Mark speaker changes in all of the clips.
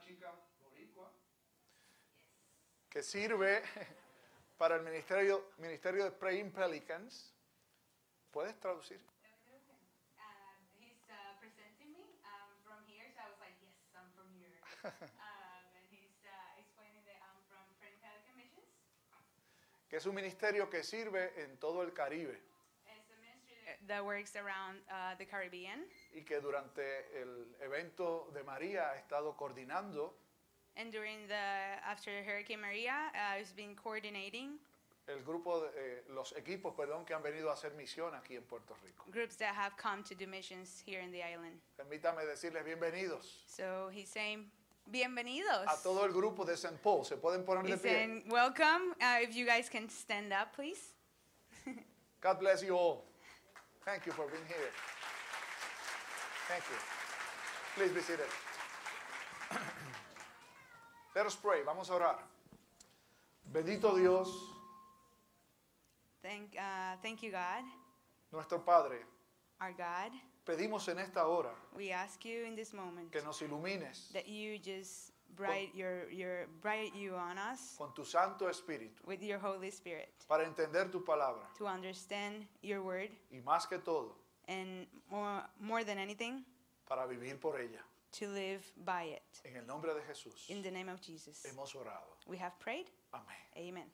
Speaker 1: chica boricua
Speaker 2: que sirve para el ministerio, ministerio de Praying Pelicans. ¿Puedes traducir?
Speaker 3: Um, he's uh, presenting me um, from here, so I was like, yes, I'm from here. um, and he's uh, explaining that I'm from Friend Pelican Missions.
Speaker 2: Que es un ministerio que sirve en todo el Caribe
Speaker 3: It's a ministry that, that works around uh, the Caribbean.
Speaker 2: y que durante el evento de María ha estado coordinando
Speaker 3: And during the, after Hurricane Maria, uh, he's been coordinating
Speaker 2: el grupo, de, eh, los equipos, perdón, que han venido a hacer misión aquí en Puerto Rico.
Speaker 3: groups that have come to do missions here in the island.
Speaker 2: Permítame decirles bienvenidos
Speaker 3: So he's saying, bienvenidos.
Speaker 2: a todo el grupo de St. Paul. ¿Se pueden poner de
Speaker 3: He's
Speaker 2: pie?
Speaker 3: saying, welcome. Uh, if you guys can stand up, please.
Speaker 2: God bless you all. Thank you for being here. Thank you. Please be seated. Let us pray. Vamos a orar. Bendito Dios,
Speaker 3: Thank, uh, thank you, God,
Speaker 2: nuestro Padre,
Speaker 3: our God.
Speaker 2: pedimos en esta hora
Speaker 3: We ask you in this moment
Speaker 2: que nos ilumines
Speaker 3: that you just bright your, your bright you on us
Speaker 2: con tu Santo Espíritu
Speaker 3: with your Holy Spirit
Speaker 2: para entender tu palabra
Speaker 3: to understand your word
Speaker 2: y más que todo
Speaker 3: and more more than anything
Speaker 2: para vivir por ella.
Speaker 3: to live by it.
Speaker 2: En el nombre de Jesús
Speaker 3: In the name of Jesus,
Speaker 2: hemos orado.
Speaker 3: we have prayed.
Speaker 2: Amén.
Speaker 3: Amen.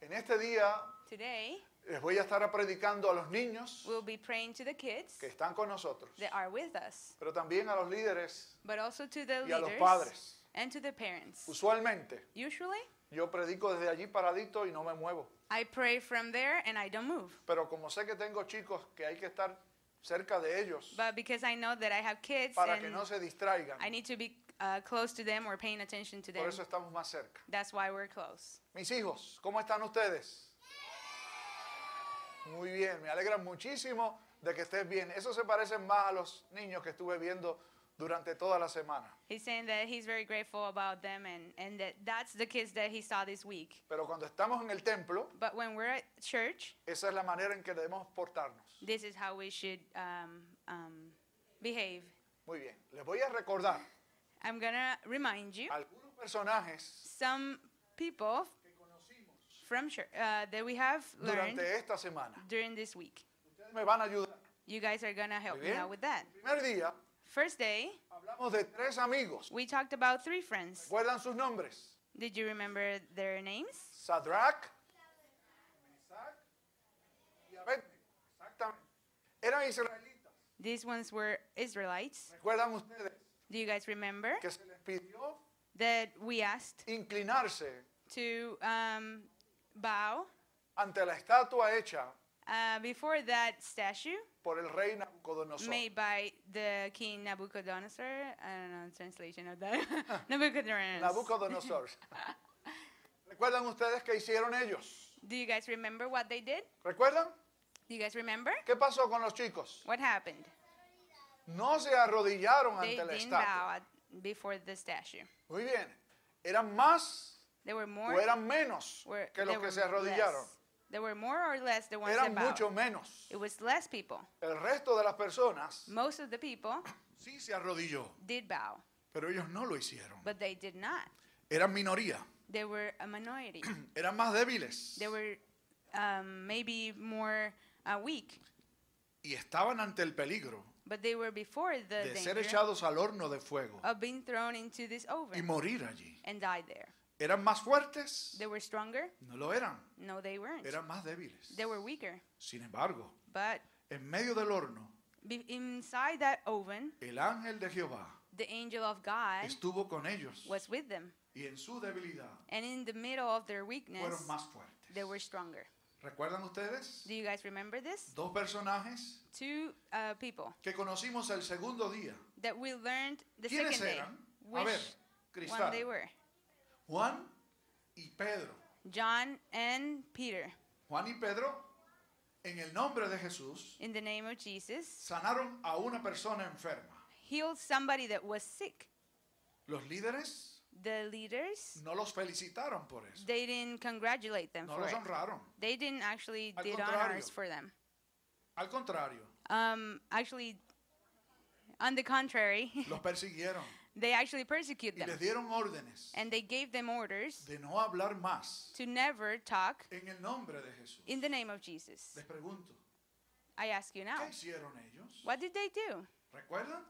Speaker 2: En este día
Speaker 3: Today
Speaker 2: les voy a estar predicando a los niños
Speaker 3: we'll be praying to the kids
Speaker 2: que están con nosotros,
Speaker 3: that are with us,
Speaker 2: pero también a los líderes
Speaker 3: but also to the
Speaker 2: y a los
Speaker 3: leaders
Speaker 2: padres.
Speaker 3: and to the parents.
Speaker 2: Usualmente
Speaker 3: Usually,
Speaker 2: yo predico desde allí paradito y no me muevo,
Speaker 3: I pray from there and I don't move.
Speaker 2: pero como sé que tengo chicos que hay que estar cerca de ellos
Speaker 3: But because I know that I have kids
Speaker 2: para que
Speaker 3: and
Speaker 2: no se distraigan,
Speaker 3: I need to be uh, close to them or paying attention to them.
Speaker 2: por eso estamos más cerca.
Speaker 3: That's why we're close.
Speaker 2: Mis hijos, ¿cómo están ustedes? Muy bien, me alegra muchísimo de que estés bien. Eso se parece más a los niños que estuve viendo durante toda la semana.
Speaker 3: He's saying that he's very grateful about them and, and that that's the kids that he saw this week.
Speaker 2: Pero cuando estamos en el templo,
Speaker 3: But when we're at church,
Speaker 2: esa es la manera en que debemos portarnos.
Speaker 3: this is how we should um, um, behave.
Speaker 2: Muy bien, les voy a recordar
Speaker 3: I'm going to remind you
Speaker 2: algunos personajes
Speaker 3: some people
Speaker 2: que conocimos
Speaker 3: from church uh, that we have learned
Speaker 2: durante esta semana.
Speaker 3: during this week.
Speaker 2: Ustedes me van a ayudar.
Speaker 3: You guys are going to help me
Speaker 2: bien.
Speaker 3: out with that.
Speaker 2: El primer día
Speaker 3: First day,
Speaker 2: hablamos de tres amigos.
Speaker 3: we talked about three friends.
Speaker 2: ¿Recuerdan sus nombres?
Speaker 3: Did you remember their names?
Speaker 2: Sadrach, Mesach y Abednego. Exactamente. Eran israelitas.
Speaker 3: These ones were Israelites.
Speaker 2: ¿Recuerdan ustedes
Speaker 3: Do you guys remember
Speaker 2: que se les pidió
Speaker 3: that we asked
Speaker 2: inclinarse
Speaker 3: to um, bow
Speaker 2: ante la estatua hecha
Speaker 3: uh, before that statue
Speaker 2: por el rey Nabucodonosor?
Speaker 3: made by the king Nabucodonosor? I don't know the translation of that. Nabucodonosor.
Speaker 2: Nabucodonosor. ¿Recuerdan ustedes qué hicieron ellos?
Speaker 3: Do you guys remember what they did?
Speaker 2: ¿Recuerdan?
Speaker 3: Do you guys remember?
Speaker 2: ¿Qué pasó con los chicos?
Speaker 3: What happened?
Speaker 2: No se arrodillaron
Speaker 3: They
Speaker 2: ante la estatua.
Speaker 3: didn't bow at- before the statue.
Speaker 2: Muy bien. ¿Eran más
Speaker 3: They were more
Speaker 2: o eran menos
Speaker 3: were,
Speaker 2: que
Speaker 3: they
Speaker 2: los
Speaker 3: were
Speaker 2: que se arrodillaron?
Speaker 3: less. They were more or less the ones
Speaker 2: Eran
Speaker 3: that
Speaker 2: mucho
Speaker 3: bowed.
Speaker 2: menos.
Speaker 3: It was less people.
Speaker 2: El resto de las personas
Speaker 3: Most of the people
Speaker 2: sí se arrodilló,
Speaker 3: did bow,
Speaker 2: pero ellos no lo hicieron.
Speaker 3: but they did not.
Speaker 2: Eran minoría,
Speaker 3: They were a minority.
Speaker 2: eran más débiles
Speaker 3: they were um, maybe more uh, weak,
Speaker 2: y estaban ante el peligro
Speaker 3: but they were before the
Speaker 2: de ser
Speaker 3: danger Oh,
Speaker 2: echados al horno de fuego
Speaker 3: of being thrown into this
Speaker 2: y
Speaker 3: oven
Speaker 2: morir allí.
Speaker 3: and died there.
Speaker 2: ¿Eran más fuertes?
Speaker 3: They were stronger?
Speaker 2: No lo eran,
Speaker 3: No, they weren't.
Speaker 2: eran más débiles.
Speaker 3: They were weaker.
Speaker 2: Sin embargo,
Speaker 3: But
Speaker 2: en medio del horno,
Speaker 3: be- inside that oven,
Speaker 2: el ángel de Jehová
Speaker 3: the angel of God
Speaker 2: estuvo con ellos
Speaker 3: was with them.
Speaker 2: y en su debilidad
Speaker 3: And in the middle of their weakness,
Speaker 2: fueron más fuertes.
Speaker 3: they were stronger.
Speaker 2: ¿Recuerdan ustedes?
Speaker 3: Do you guys remember this?
Speaker 2: Dos personajes
Speaker 3: Two uh, people
Speaker 2: que conocimos el segundo día.
Speaker 3: that we learned the
Speaker 2: ¿Quiénes
Speaker 3: second day.
Speaker 2: eran? A ver,
Speaker 3: Which one they
Speaker 2: Cristal,
Speaker 3: were?
Speaker 2: Juan y Pedro.
Speaker 3: John and Peter.
Speaker 2: Juan y Pedro, en el nombre de Jesús,
Speaker 3: in the name of Jesus,
Speaker 2: sanaron a una persona enferma.
Speaker 3: healed somebody that was sick.
Speaker 2: Los líderes
Speaker 3: The leaders,
Speaker 2: no los felicitaron por eso.
Speaker 3: they didn't congratulate them
Speaker 2: No
Speaker 3: for
Speaker 2: los
Speaker 3: it.
Speaker 2: honraron.
Speaker 3: They didn't actually
Speaker 2: Al
Speaker 3: did
Speaker 2: contrario.
Speaker 3: honors for them.
Speaker 2: Al contrario,
Speaker 3: Um, actually, on the contrary,
Speaker 2: los persiguieron.
Speaker 3: They actually persecute
Speaker 2: y les
Speaker 3: them.
Speaker 2: dieron órdenes
Speaker 3: And they gave them orders
Speaker 2: de no hablar más
Speaker 3: to never talk
Speaker 2: en el nombre de Jesús.
Speaker 3: in the name of Jesus.
Speaker 2: Les pregunto,
Speaker 3: I ask you now,
Speaker 2: ¿qué hicieron ellos?
Speaker 3: what did they do?
Speaker 2: ¿Recuerdan?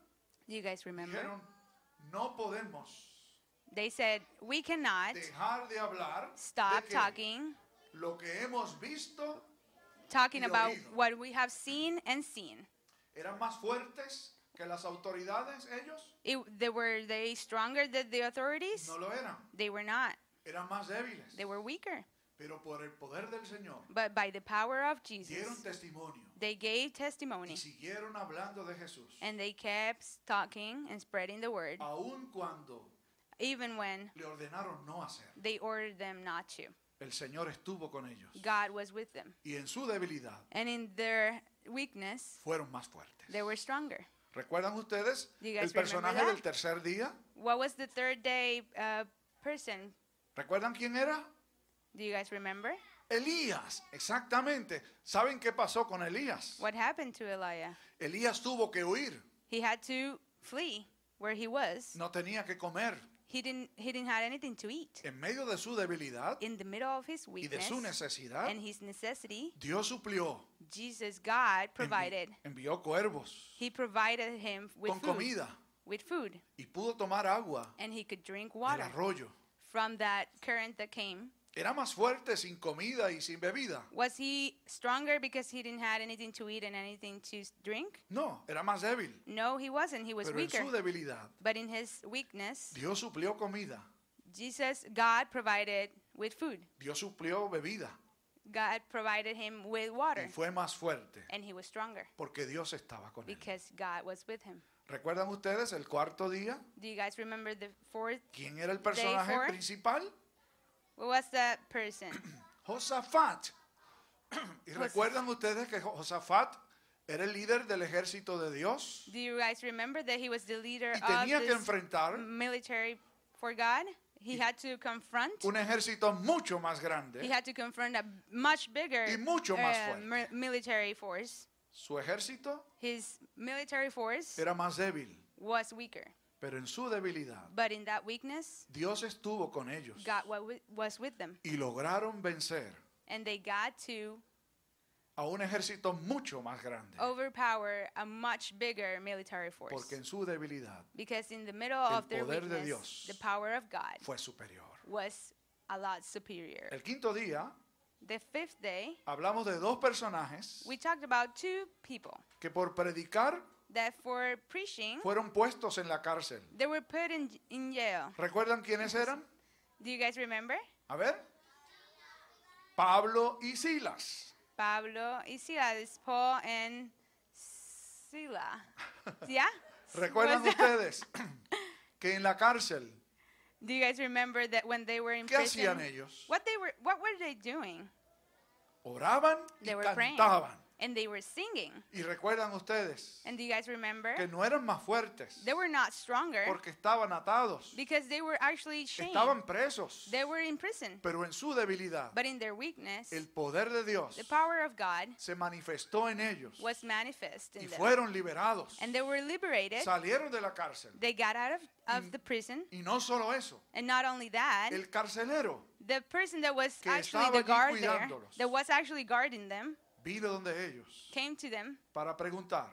Speaker 3: Do you guys remember?
Speaker 2: Dijeron, no podemos
Speaker 3: They said, We cannot
Speaker 2: dejar de hablar
Speaker 3: stop
Speaker 2: de que
Speaker 3: talking,
Speaker 2: lo que hemos visto
Speaker 3: talking
Speaker 2: y
Speaker 3: about
Speaker 2: oído.
Speaker 3: what we have seen and seen.
Speaker 2: eran más fuertes que las autoridades ellos
Speaker 3: It, they, were they stronger than the authorities?
Speaker 2: no lo eran
Speaker 3: They were not.
Speaker 2: eran más débiles
Speaker 3: They were weaker.
Speaker 2: pero por el poder del Señor
Speaker 3: But by the power of Jesus,
Speaker 2: dieron testimonio
Speaker 3: they gave
Speaker 2: y
Speaker 3: testimony
Speaker 2: siguieron hablando de Jesús
Speaker 3: and they kept talking and spreading the word,
Speaker 2: aun cuando
Speaker 3: even when
Speaker 2: le ordenaron no hacer
Speaker 3: they ordered them not to.
Speaker 2: el Señor estuvo con ellos
Speaker 3: God was with them.
Speaker 2: y en su debilidad
Speaker 3: And in their weakness,
Speaker 2: fueron más fuertes
Speaker 3: they were stronger.
Speaker 2: ¿recuerdan ustedes
Speaker 3: Do you guys
Speaker 2: el personaje
Speaker 3: remember
Speaker 2: del tercer día?
Speaker 3: What was the third day uh, person?
Speaker 2: ¿recuerdan quién era?
Speaker 3: Do you guys remember?
Speaker 2: Elías, exactamente. ¿Saben qué pasó con Elías?
Speaker 3: What happened to Elijah?
Speaker 2: Elías tuvo que huir,
Speaker 3: He had to flee where he was.
Speaker 2: no tenía que comer.
Speaker 3: He didn't he didn't have anything to eat.
Speaker 2: En medio de su debilidad
Speaker 3: In the middle of his
Speaker 2: y de su
Speaker 3: weakness
Speaker 2: necesidad,
Speaker 3: and his necessity,
Speaker 2: Dios suplió.
Speaker 3: Jesus God
Speaker 2: Envi-
Speaker 3: provided.
Speaker 2: envió cuervos
Speaker 3: He provided him with
Speaker 2: con
Speaker 3: food,
Speaker 2: comida
Speaker 3: with food,
Speaker 2: y pudo tomar agua
Speaker 3: and he could drink
Speaker 2: del
Speaker 3: water
Speaker 2: arroyo.
Speaker 3: from that current that came.
Speaker 2: Era más fuerte sin comida y sin bebida.
Speaker 3: Was he stronger because he didn't have anything to eat and anything to s- drink?
Speaker 2: No, era más débil.
Speaker 3: No, he wasn't. He was
Speaker 2: Pero en
Speaker 3: weaker.
Speaker 2: su debilidad,
Speaker 3: But in his weakness,
Speaker 2: Dios suplió comida,
Speaker 3: Jesus God provided with food.
Speaker 2: Dios suplió bebida
Speaker 3: God provided him with
Speaker 2: y
Speaker 3: water,
Speaker 2: fue más fuerte
Speaker 3: and he was stronger
Speaker 2: porque Dios estaba con él.
Speaker 3: because God was with him.
Speaker 2: ¿Recuerdan ustedes el cuarto día?
Speaker 3: Do you guys remember the fourth?
Speaker 2: ¿Quién era el personaje
Speaker 3: four.
Speaker 2: principal?
Speaker 3: What was that person?
Speaker 2: Josafat. ¿Y recuerdan ustedes que Jo- Josafat era el líder del ejército de Dios
Speaker 3: Do you guys remember that he was the leader
Speaker 2: y
Speaker 3: of
Speaker 2: tenía que
Speaker 3: this
Speaker 2: enfrentar
Speaker 3: military for God? He had to confront.
Speaker 2: un ejército mucho más
Speaker 3: He
Speaker 2: grande?
Speaker 3: had to confront a much bigger
Speaker 2: Y mucho más fuerte.
Speaker 3: mi- military force.
Speaker 2: Su ejército
Speaker 3: His military force
Speaker 2: era más débil,
Speaker 3: was weaker,
Speaker 2: pero en su debilidad
Speaker 3: but in that weakness,
Speaker 2: Dios estuvo con ellos
Speaker 3: God wa- wi- was with them,
Speaker 2: y lograron vencer
Speaker 3: and they got to
Speaker 2: a un ejército mucho más grande
Speaker 3: overpower a much bigger military force.
Speaker 2: porque en su debilidad
Speaker 3: Because in the middle
Speaker 2: El
Speaker 3: of their
Speaker 2: poder de
Speaker 3: weakness,
Speaker 2: Dios
Speaker 3: the power of God
Speaker 2: fue superior.
Speaker 3: was a lot superior.
Speaker 2: El quinto día
Speaker 3: The fifth day,
Speaker 2: hablamos de dos personajes
Speaker 3: we talked about two people
Speaker 2: que por predicar
Speaker 3: that for preaching,
Speaker 2: fueron puestos en la cárcel.
Speaker 3: they were put in, in jail.
Speaker 2: ¿Recuerdan quiénes eran?
Speaker 3: Do you guys remember?
Speaker 2: A ver. Pablo y Silas.
Speaker 3: Pablo y Silas, Paul and Sila. Yeah?
Speaker 2: ¿Recuerdan
Speaker 3: Was that-
Speaker 2: ustedes que en la cárcel,
Speaker 3: Do you guys remember that when they were in
Speaker 2: ¿qué hacían
Speaker 3: prison?
Speaker 2: ellos?
Speaker 3: What they were what were they doing?
Speaker 2: Oraban y
Speaker 3: They were praying.
Speaker 2: cantaban.
Speaker 3: And they were singing.
Speaker 2: Y recuerdan ustedes
Speaker 3: And do you guys remember?
Speaker 2: que no eran más fuertes
Speaker 3: They were not stronger
Speaker 2: porque estaban atados,
Speaker 3: because they were actually chained.
Speaker 2: estaban presos,
Speaker 3: They were in prison.
Speaker 2: pero en su debilidad
Speaker 3: But in their weakness,
Speaker 2: el poder de Dios
Speaker 3: the power of God
Speaker 2: se manifestó en ellos
Speaker 3: was manifest
Speaker 2: y
Speaker 3: in them.
Speaker 2: fueron liberados,
Speaker 3: And they were liberated.
Speaker 2: salieron de la cárcel.
Speaker 3: They got out of, of the prison.
Speaker 2: Y no solo eso,
Speaker 3: And not only that,
Speaker 2: Mm. el carcelero
Speaker 3: the person that was
Speaker 2: que
Speaker 3: actually
Speaker 2: estaba
Speaker 3: the
Speaker 2: allí
Speaker 3: guard there,
Speaker 2: cuidándolos.
Speaker 3: that was actually guarding them,
Speaker 2: vino donde ellos
Speaker 3: came to them
Speaker 2: para preguntar,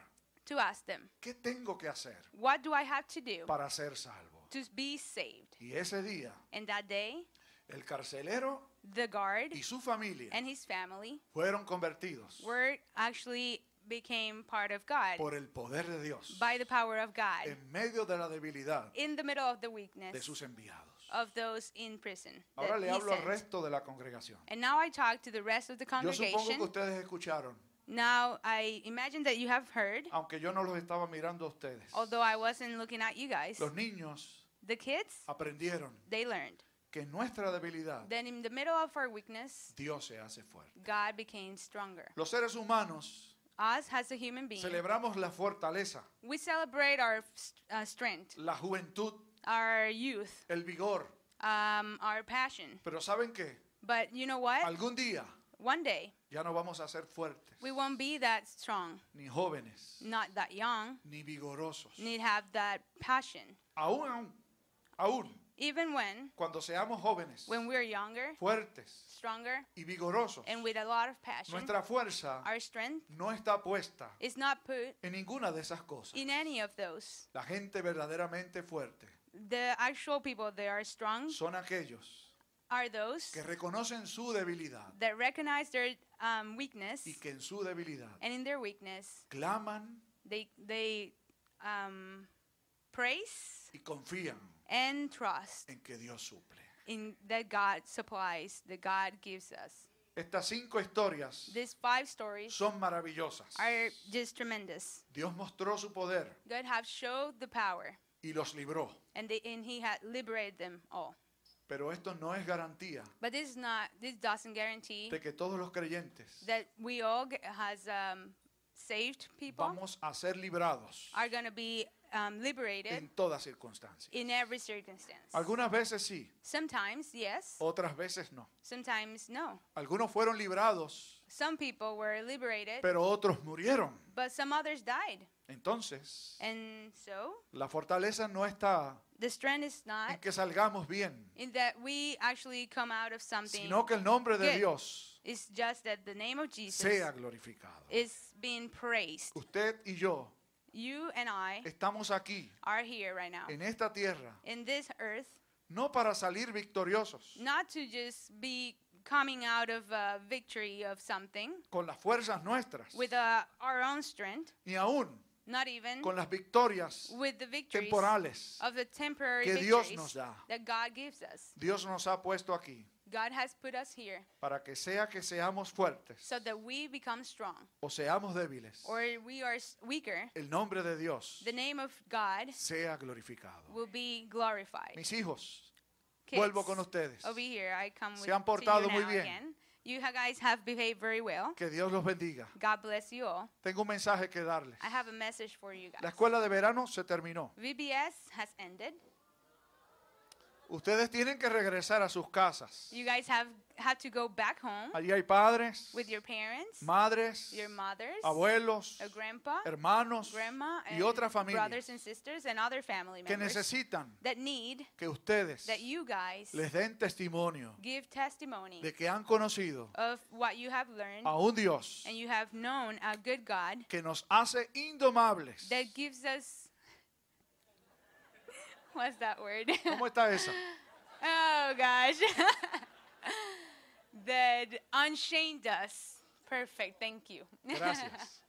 Speaker 3: to ask them,
Speaker 2: ¿qué tengo que hacer
Speaker 3: What do I have to do
Speaker 2: para ser salvo?
Speaker 3: to be saved?
Speaker 2: Y ese día,
Speaker 3: And that day,
Speaker 2: el carcelero
Speaker 3: the guard
Speaker 2: y su familia
Speaker 3: and his family
Speaker 2: fueron convertidos
Speaker 3: were actually became part of God
Speaker 2: por el poder de Dios
Speaker 3: by the power of God
Speaker 2: en medio de la debilidad
Speaker 3: in the middle of the
Speaker 2: de
Speaker 3: weakness
Speaker 2: sus enviados.
Speaker 3: of those in prison. that
Speaker 2: Ahora le
Speaker 3: he
Speaker 2: hablo al
Speaker 3: sent.
Speaker 2: resto de la congregación.
Speaker 3: And now I talk to the rest of the
Speaker 2: Yo supongo que
Speaker 3: congregation.
Speaker 2: ustedes escucharon,
Speaker 3: Now I imagine that you have heard,
Speaker 2: aunque yo no los estaba mirando a ustedes.
Speaker 3: although I wasn't looking at you guys,
Speaker 2: Los Ah. niños
Speaker 3: the kids,
Speaker 2: aprendieron
Speaker 3: they learned.
Speaker 2: que en nuestra debilidad
Speaker 3: Then in the middle of our weakness,
Speaker 2: Dios se hace fuerte.
Speaker 3: God became stronger.
Speaker 2: Los seres humanos
Speaker 3: Us as a human being,
Speaker 2: celebramos la fortaleza,
Speaker 3: we celebrate our st- uh, strength,
Speaker 2: la juventud,
Speaker 3: our youth,
Speaker 2: el vigor.
Speaker 3: um, our passion.
Speaker 2: Pero ¿saben qué?
Speaker 3: Eh. But you know what?
Speaker 2: Algún día
Speaker 3: One day,
Speaker 2: Ya no vamos a ser fuertes,
Speaker 3: We won't be that strong,
Speaker 2: ni jóvenes,
Speaker 3: not that young,
Speaker 2: ni vigorosos.
Speaker 3: need have that passion.
Speaker 2: Aún, aún, aún
Speaker 3: Even when,
Speaker 2: cuando seamos jóvenes,
Speaker 3: when we're younger,
Speaker 2: fuertes
Speaker 3: stronger,
Speaker 2: y vigorosos,
Speaker 3: and with a lot of passion,
Speaker 2: nuestra fuerza
Speaker 3: our strength
Speaker 2: no está puesta
Speaker 3: is not put
Speaker 2: en ninguna de esas cosas.
Speaker 3: in any of those.
Speaker 2: La gente verdaderamente fuerte
Speaker 3: The actual people that are strong
Speaker 2: son aquellos
Speaker 3: are those
Speaker 2: que reconocen su debilidad
Speaker 3: that recognize their um, weakness,
Speaker 2: y que en su debilidad
Speaker 3: and in their weakness,
Speaker 2: claman
Speaker 3: they they um, praise
Speaker 2: y confían
Speaker 3: and trust
Speaker 2: en que Dios suple.
Speaker 3: in that God supplies, that God gives us.
Speaker 2: Estas cinco historias
Speaker 3: These five stories
Speaker 2: son maravillosas.
Speaker 3: are just tremendous.
Speaker 2: Dios mostró su poder
Speaker 3: God have showed the power,
Speaker 2: y los libró,
Speaker 3: and they, and He had liberated them all.
Speaker 2: pero esto no es garantía
Speaker 3: But this is not. This doesn't guarantee
Speaker 2: de que todos los creyentes
Speaker 3: that we all g- has um, saved people
Speaker 2: vamos a ser librados
Speaker 3: are going to be um, liberated
Speaker 2: en toda circunstancia.
Speaker 3: in every circumstance.
Speaker 2: Algunas veces sí,
Speaker 3: Sometimes yes,
Speaker 2: otras veces no.
Speaker 3: sometimes no.
Speaker 2: Algunos fueron librados,
Speaker 3: Some people were liberated,
Speaker 2: pero otros murieron.
Speaker 3: but some others died.
Speaker 2: Entonces,
Speaker 3: And so
Speaker 2: la fortaleza no está
Speaker 3: the strength is
Speaker 2: en
Speaker 3: not
Speaker 2: que salgamos bien,
Speaker 3: in that we actually come out of something.
Speaker 2: sino que el nombre de
Speaker 3: Good.
Speaker 2: Dios
Speaker 3: It's just that the name of Jesus
Speaker 2: sea glorificado.
Speaker 3: is being praised.
Speaker 2: Usted y yo
Speaker 3: You and I
Speaker 2: estamos aquí,
Speaker 3: are here right now
Speaker 2: en esta tierra,
Speaker 3: in this earth,
Speaker 2: no para salir victoriosos
Speaker 3: not to just be coming out of a victory of something
Speaker 2: con las fuerzas nuestras,
Speaker 3: with uh, our own strength,
Speaker 2: ni aún
Speaker 3: not even
Speaker 2: con las victorias
Speaker 3: with the victories
Speaker 2: temporales.
Speaker 3: of the temporary
Speaker 2: que Dios
Speaker 3: victories
Speaker 2: nos da.
Speaker 3: that God gives us.
Speaker 2: Dios nos ha puesto aquí
Speaker 3: God has put us here
Speaker 2: para que sea que seamos fuertes
Speaker 3: so that we become strong
Speaker 2: o seamos débiles,
Speaker 3: or we are s- weaker.
Speaker 2: el nombre de Dios
Speaker 3: The name of God
Speaker 2: sea glorificado.
Speaker 3: will be glorified.
Speaker 2: Mis hijos,
Speaker 3: Kids,
Speaker 2: vuelvo con ustedes.
Speaker 3: Over here, I come with
Speaker 2: Se han
Speaker 3: to you
Speaker 2: portado muy
Speaker 3: now
Speaker 2: bien.
Speaker 3: again. You ha- guys have behaved very well.
Speaker 2: Que Dios los bendiga.
Speaker 3: God bless you all.
Speaker 2: Tengo un mensaje que darles.
Speaker 3: I have a message for you
Speaker 2: La
Speaker 3: guys.
Speaker 2: escuela de verano se terminó.
Speaker 3: VBS has ended.
Speaker 2: Ustedes tienen que regresar a sus casas.
Speaker 3: You guys have had to go back home
Speaker 2: Allí hay padres,
Speaker 3: with your parents,
Speaker 2: madres,
Speaker 3: your mothers,
Speaker 2: abuelos,
Speaker 3: a grandpa,
Speaker 2: hermanos
Speaker 3: grandma,
Speaker 2: y
Speaker 3: and
Speaker 2: otras familias
Speaker 3: brothers and sisters, and other family
Speaker 2: que
Speaker 3: members
Speaker 2: necesitan
Speaker 3: that need
Speaker 2: que ustedes
Speaker 3: that you guys
Speaker 2: les den testimonio
Speaker 3: give testimony
Speaker 2: de Ah. que han conocido
Speaker 3: of what you have learned
Speaker 2: a un Dios
Speaker 3: and you have known a good God
Speaker 2: que nos hace indomables.
Speaker 3: that gives us. What's that word?
Speaker 2: ¿Cómo está esa?
Speaker 3: oh gosh. that unshamed us. Perfect, thank you.
Speaker 2: Gracias.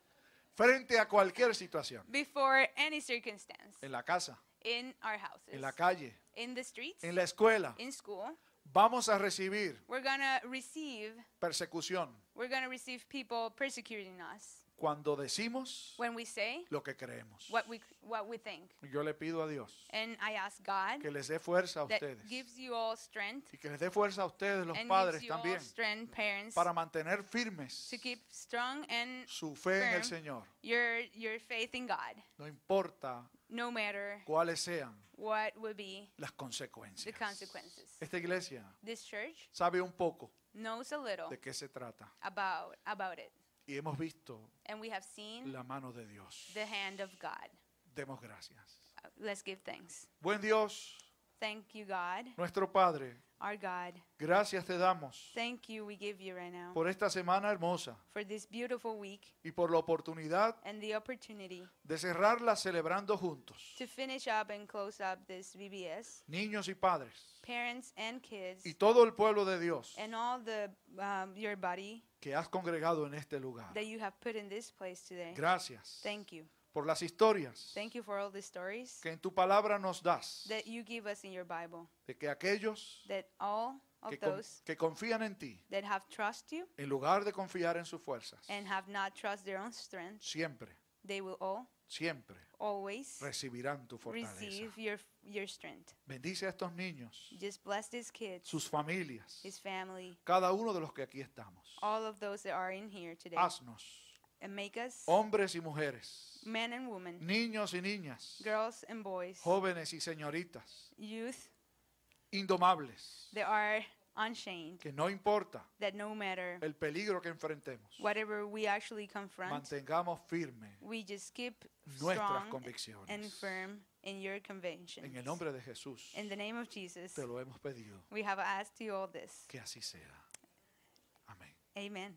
Speaker 2: Frente a cualquier situación,
Speaker 3: Before any circumstance,
Speaker 2: en la casa,
Speaker 3: in our houses,
Speaker 2: en la calle,
Speaker 3: in the streets,
Speaker 2: en la escuela,
Speaker 3: in school,
Speaker 2: vamos a recibir
Speaker 3: we're gonna receive
Speaker 2: persecución
Speaker 3: we're gonna receive people persecuting us
Speaker 2: cuando decimos
Speaker 3: when we say
Speaker 2: lo que creemos.
Speaker 3: what we what we think.
Speaker 2: Yo le pido a Dios
Speaker 3: And I ask God
Speaker 2: que les dé fuerza a
Speaker 3: that
Speaker 2: ustedes
Speaker 3: gives you all strength
Speaker 2: y que les dé fuerza a ustedes los
Speaker 3: and
Speaker 2: padres
Speaker 3: gives you all
Speaker 2: también
Speaker 3: strength, parents,
Speaker 2: para mantener firmes
Speaker 3: to keep strong and
Speaker 2: su fe en el
Speaker 3: firm.
Speaker 2: Señor.
Speaker 3: your your faith in God,
Speaker 2: No importa
Speaker 3: no matter
Speaker 2: cuáles sean
Speaker 3: what will be
Speaker 2: las
Speaker 3: the
Speaker 2: consecuencias.
Speaker 3: consequences.
Speaker 2: Esta iglesia
Speaker 3: This church
Speaker 2: sabe un poco
Speaker 3: knows a little
Speaker 2: de qué se trata
Speaker 3: about about it,
Speaker 2: y hemos visto
Speaker 3: and we have seen
Speaker 2: la mano de Dios.
Speaker 3: the hand of God.
Speaker 2: Demos gracias.
Speaker 3: Uh, Let's give thanks.
Speaker 2: Buen Dios,
Speaker 3: Thank you, God,
Speaker 2: nuestro Padre,
Speaker 3: our God.
Speaker 2: gracias te damos
Speaker 3: Thank you, we give you right now
Speaker 2: por esta semana hermosa
Speaker 3: for this beautiful week
Speaker 2: y por la oportunidad
Speaker 3: and the opportunity
Speaker 2: de cerrarla celebrando juntos,
Speaker 3: to finish up and close up this VBS.
Speaker 2: niños y padres,
Speaker 3: Parents and kids,
Speaker 2: y todo el pueblo de Dios
Speaker 3: and all the um, your body
Speaker 2: que has congregado en este lugar.
Speaker 3: that you have put in this place today.
Speaker 2: Gracias
Speaker 3: Thank you.
Speaker 2: por las historias
Speaker 3: Thank you for all the stories
Speaker 2: que en tu palabra nos das,
Speaker 3: that you give us in your Bible.
Speaker 2: de que aquellos
Speaker 3: That all of
Speaker 2: que, con-
Speaker 3: those
Speaker 2: que confían en ti,
Speaker 3: that have trust you
Speaker 2: en lugar de confiar en sus fuerzas,
Speaker 3: and have not trust their own strength,
Speaker 2: siempre,
Speaker 3: they will all
Speaker 2: siempre
Speaker 3: always
Speaker 2: recibirán tu fortaleza.
Speaker 3: receive your your strength.
Speaker 2: Bendice a estos niños,
Speaker 3: Just bless these kids,
Speaker 2: sus familias,
Speaker 3: his family,
Speaker 2: cada uno de los que aquí estamos.
Speaker 3: all of those that are in here today,
Speaker 2: Haznos
Speaker 3: and make us
Speaker 2: hombres y mujeres,
Speaker 3: men and women,
Speaker 2: niños y niñas,
Speaker 3: girls and boys,
Speaker 2: jóvenes y señoritas,
Speaker 3: youth
Speaker 2: indomables,
Speaker 3: that are Unshamed.
Speaker 2: que no importa
Speaker 3: That no matter
Speaker 2: el peligro que enfrentemos,
Speaker 3: whatever we actually confront,
Speaker 2: mantengamos firme
Speaker 3: we just keep
Speaker 2: nuestras
Speaker 3: strong and
Speaker 2: convicciones.
Speaker 3: firm in your convention.
Speaker 2: En el nombre de Jesús
Speaker 3: In the name of Jesus,
Speaker 2: te lo hemos pedido,
Speaker 3: we have asked you all this.
Speaker 2: que así sea. Amén.
Speaker 3: Amen.